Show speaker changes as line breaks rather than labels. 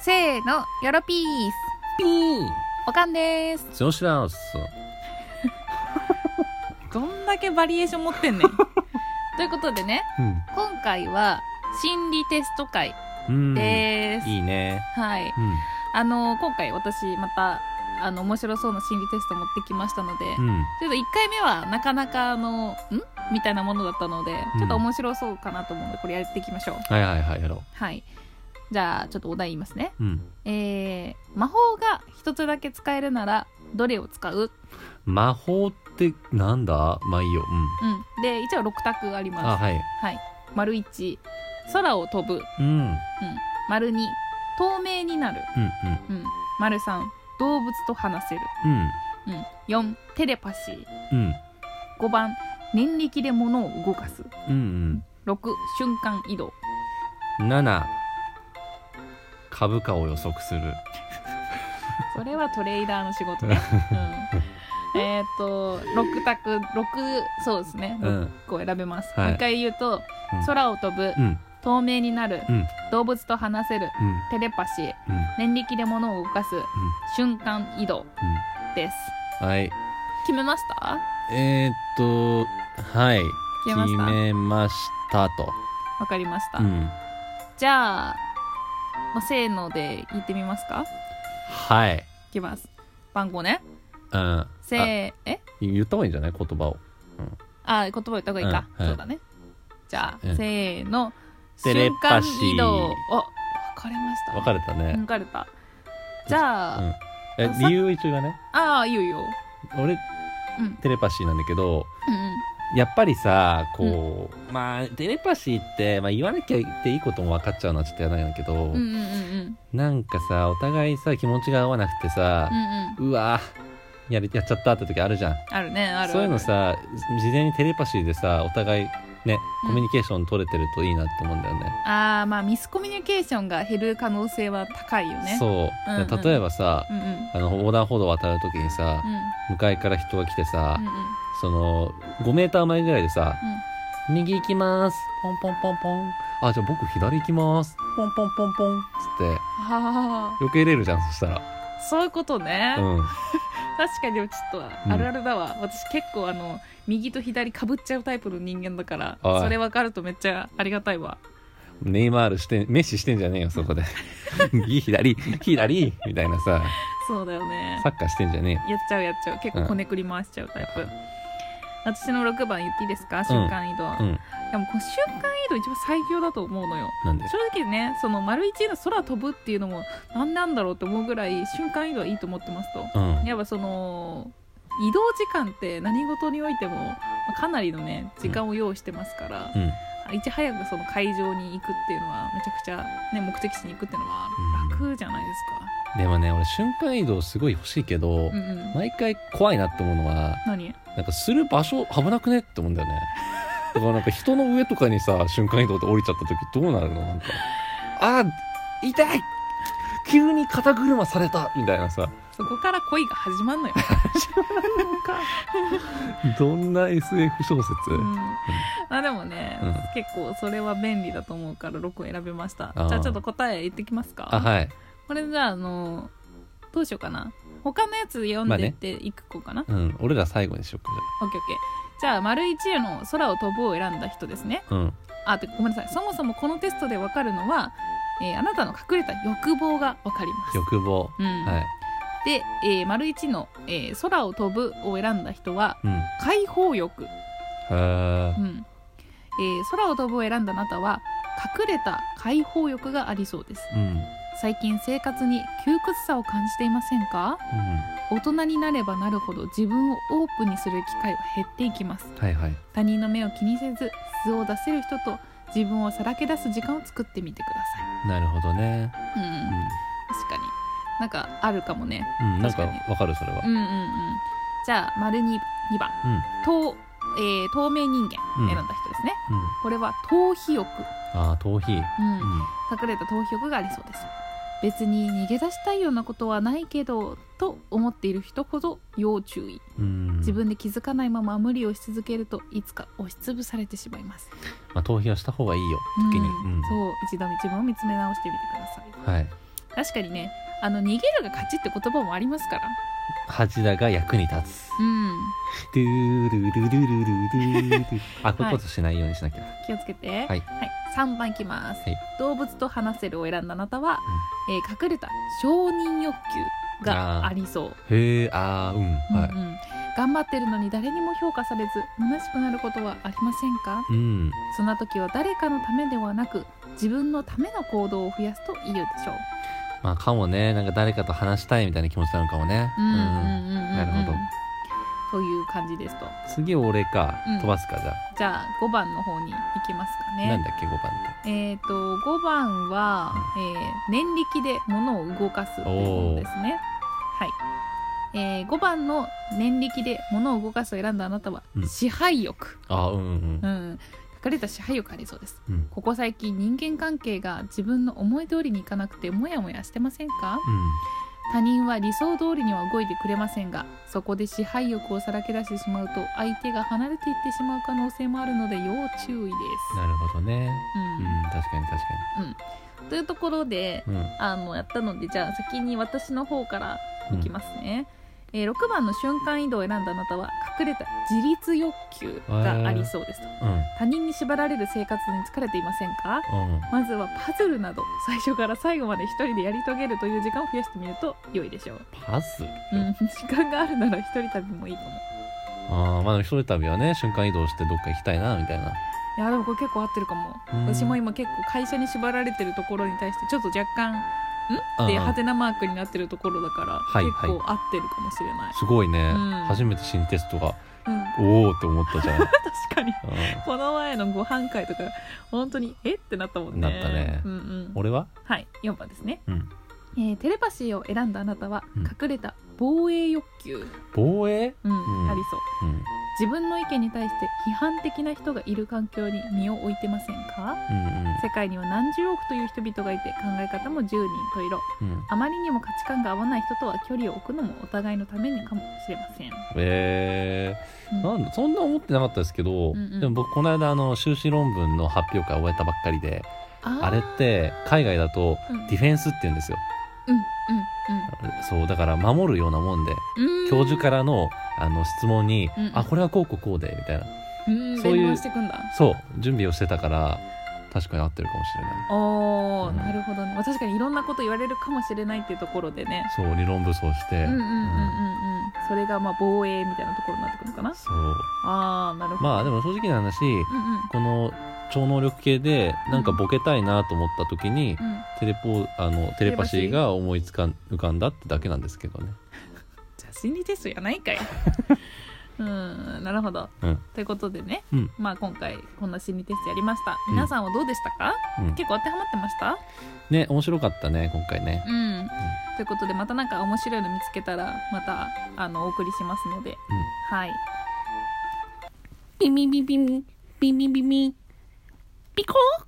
せーの、よろぴーす。
ピー
おかんです。
強しらっす。
どんだけバリエーション持ってんねん。 ということでね、
うん。
今回は心理テスト会
うん。
です。
いいね。
はい。あの、今回私また、あの、面白そうな心理テスト持ってきましたので、
うん。うん。
ちょっと1回目はなかなかあの、んみたいなものだったので、
うん
ちょっと面白そうかなと思うので、これやっていきましょう。
はいはいはい、やろ
はい。じゃあ、ちょっとお題言いますね。
う。うん。
えー、魔法が一つだけ使えるなら、どれを使う
魔法ってなんだまあいいよ。うん。
うん。で、一応6択あります。
あ、はい。
はい。丸1、空を飛ぶ。うん。
うん。うん
丸2、透明になる。
うん。
うん。丸3、動物と話せる。
うん。
うん。4、テレパシー。
うん。
5番、念力で物を動かす。
うん
6、瞬間移動。
うん。7。株価を予測する。
それはトレーダーの仕事 ね。うん、えっ、と、6択、六そうですね。
うん
6個選べます。
はい
もう一回言うと、
うん
空を飛ぶ、
うん。
透明になる、
うん。
動物と話せる、
う
テ
ん。
レパシー、
うん。
念力で物を動かす、瞬間移動
う
です。
ん。はい。
決めました
えーっと、はい。
決めました
決めましたと。
わかりました。
うん。
じゃあ、まあ、せーので言ってみますか
はい。
いきます。番号ね。
うん。
せ
あ
ー、え
言った方がいいんじゃない言葉を。
あ、言葉言った方がいいか。
うんはい
そうだね。じゃあ、
うん
せーの。
テレパシー
瞬間移動。お、分かれました。
分かれたね。
分かれた。じゃあ、
うんえ
さ
理由は一応がね
ああ、いいよいいよ。
俺
うん。うん
テレパシーなんだけど
うん。
やっぱりさこう、まあテレパシーって、まあ、言わなきゃいっていいことも分かっちゃうのはちょっとやないんだけど、
うんうんうん
なんかさお互いさ気持ちが合わなくてさ
うん。う、んうん。
うわやりやっちゃったって時あるじゃん
あるね、ある。
そういうのさ事前にテレパシーでさお互いね
うん
コミュニケーション取れてるといいなって思うんだよね。
ああ、まあ、ミスコミュニケーションが減る可能性は高いよね。う。
そう、
んうん
例えばさ
うんうん。うん
あの横断歩道を渡る時にさ、向かいから人が来てさ、
うんうん。
その5メーター前ぐらいでさ、右行きます。ポンポンポンポン。あ、じゃあ僕左行きます。ポンポンポンポン。つって、
あ
避けれるじゃん、そしたら。
あ、そういうことね。
うん。
確かに、でもちょっと、あるあるだわ。私結構、あの、右と左かぶっちゃうタイプの人間だから、
おい
それ分かるとめっちゃありがたいわ。
ネイマールして、メッシしてんじゃねえよ、そ こで。右、左、左、みたいなさ、
そうだよね。
サッカーしてんじゃねえよ。
やっちゃうやっちゃう結構こねくり回しちゃうタイプ、私の6番言っていいですか瞬間移動、
うん。
でもこの瞬間移動一番最強だと思うのよ
なんで
正直ねその丸1の空飛ぶっていうのも何なんだろうって思うぐらい瞬間移動はいいと思ってますと
うん。
やっぱその移動時間って何事においてもまあかなりのね時間を要してますから、
うん。
いち早くその会場に行くっていうのはめちゃくちゃ、ね、目的地に行くっていうのは楽じゃないです
でもね、俺瞬間移動すごい欲しいけど、
か、うんうん、
毎回怖いなって思うのは、
何
なんかする場所危なくねって思うんだよね。だからなんか人の上とかにさ、瞬間移動で降りちゃった時どうなるのなんか。あー痛い急に肩車されたみたいなさ、
そこから恋が始まる のよ
どんな SF 小説、
うんまあでもね、
うん
結構それは便利だと思うから6を選びました
あー
じゃあちょっと答え言ってきますか
あ、はい。
これじゃああのどうしようかな他のやつ読ん
まあ
で
ね
っていくこうかな、
うん。俺ら最後にしようか、
オッケーオッケーじゃあ丸1の「空を飛ぶ」を選んだ人ですね
じゃあ。うん。
あてごめんなさいそもそもこのテストで分かるのは、えーあなたの隠れた欲望が分かります、
欲望。
うん
はい。
で、えー、丸1の、えー空を飛ぶ」を選んだ人は
うん。へ
解放欲
ー
うんえー空を飛ぶを選んだあなたは隠れた解放欲がありそうです
うん。うん。
最近生活に窮屈さを感じていませんか大人になればなるほど自分をオープンにする機会は減っていきます
はいはい。
他人の目を気にせず素を出せる人と自分をさらけ出す時間を作ってみてくだ
なるほどね。
さいうん、確かになんかあるかもね
うん。うん。なんか
確か
わかる、それは
う。んうんうんじゃあ丸に2番
うん。
透,、えー透明人間
うん
選んだ人ですね、
うん。
これは逃避欲、
ああ、逃避。
うん
うん。
隠れた投票がありそうです別に逃げ出したいようなことはないけどと思っている人ほど要注意
うん。
自分で気づかないまま無理をし続けるといつか押しつぶされてしまいます
まあ、逃避はした方がいいよ、時に。
うん
うん。
そう一度自分を見つめ直してみてください
はい。
確かにねあの逃げるが勝ちって言葉もありますから
恥だが役に立つ
うん
ドゥルルルルルルルルあこういうことしないようにしなきゃ、
気をつけて
はい
3番いきます、
はい
動物と話せるを選んだあなたは、えー隠れた承認欲求がありそう
へえあーうんはい
うんうん頑張ってるのに誰にも評価されず虚しくなることはありませんか
うん
そんな時は誰かのためではなく自分のための行動を増やすといいでしょう
まあかもねなんか誰かと話したいみたいな気持ちなのかもね
うんうんうんうんうん
なるほど
という感じですと
次俺か
うん
飛ばすかじゃ
じゃあ5番の方に行きますか
あ、なん
ね
だっけ5番って
えっ、と5番は、えー念力で物を動かすっていうことですねはいえー、5番の念力で物を動かすを選んだあなたは
うん
支配欲、
あーうんうん
うん隠れた支配欲ありそうです
うんうん
ここ最近人間関係が自分の思い通りにいかなくてモヤモヤしてませんか他人は理想通りには動いてくれませんがそこで支配欲をさらけ出してしまうと相手が離れていってしまう可能性もあるので要注意です。
なるほどねう
うん
ん確かに確か
というところで
に
あのやったのでじゃあ先に私の方から
うん
いきますね。えー6番の瞬間移動を選んだあなたは隠れた自立欲求がありそうですと
うんうん
他人に縛られる生活に疲れていませんか
うん
まずはパズルなど最初から最後まで一人でやり遂げるという時間を増やしてみると良いでしょう、
パズル、
うん、時間があるなら一人旅もいいかも
ああまあでも一人旅はね瞬間移動してどっか行きたいなみたいない
やでもこれ結構合ってるかも、
うん
私も今結構会社に縛られてるところに対してちょっと若干「ん?」っ
う
て
んうん
ハテナマークになってるところだから、
はい
結
はい
構合ってるかもしれない、
すごいね、
うん
初めて新テストが
うん、
おおって思ったじゃん、うん
確かにこの前のご飯会とか本当に「えっ?」てなったもんね
なったね
うんうん、
俺は
はい4番ですね、
うん
えーテレパシーを選んだあなたは
うん
隠れた防衛欲求、
防衛、
うん
うん
ありそう
うん
自分の意見に対して批判的な人がいる環境に身を置いてませんか世界には何十億という人々がいて考え方も十人十色
うんうんうん
あまりにも価値観が合わない人とは距離を置くのもお互いのためにかもしれません、
え
う
ー、
ん
なんだそんな思ってなかったですけど、
うんうん
でも僕この間あの修士論文の発表会終えたばっかりで
あー
あれって海外だと
うんうん
ディフェンスって言うんですよそうだから守るようなもんで
うんうん
教授からのあの質問に、
うんうん
あこれはこうこうこうでみたいな
うん
そういう
弁論していくんだ
そう準備をしてたから確かに合ってるかもしれない
おー、
うん
なるほどねまあ確かにいろんなこと言われるかもしれないっていうところでね
そう理論武装して、
うんうんうんうん
うん
うんそれがまあ防衛みたいなところになってくるのかな
そう
あーなるほど
まあでも正直な話
うんうん
この超能力系でなんかボケたいなと思った時に、
うん
テレポあのテレパシーが思いつかん浮かんだってだけなんですけどね
じゃあ心理テストやないか いうーんなるほど、
うん
ということでね、
うん
まあ今回こんな心理テストやりました
うん
皆さんはどうでしたか、
うん
結構当てはまってました
ね面白かったね今回ね
うん、ということでまたなんか面白いの見つけたらまたあのお送りしますので、はい
ビミビビミビミビミピコー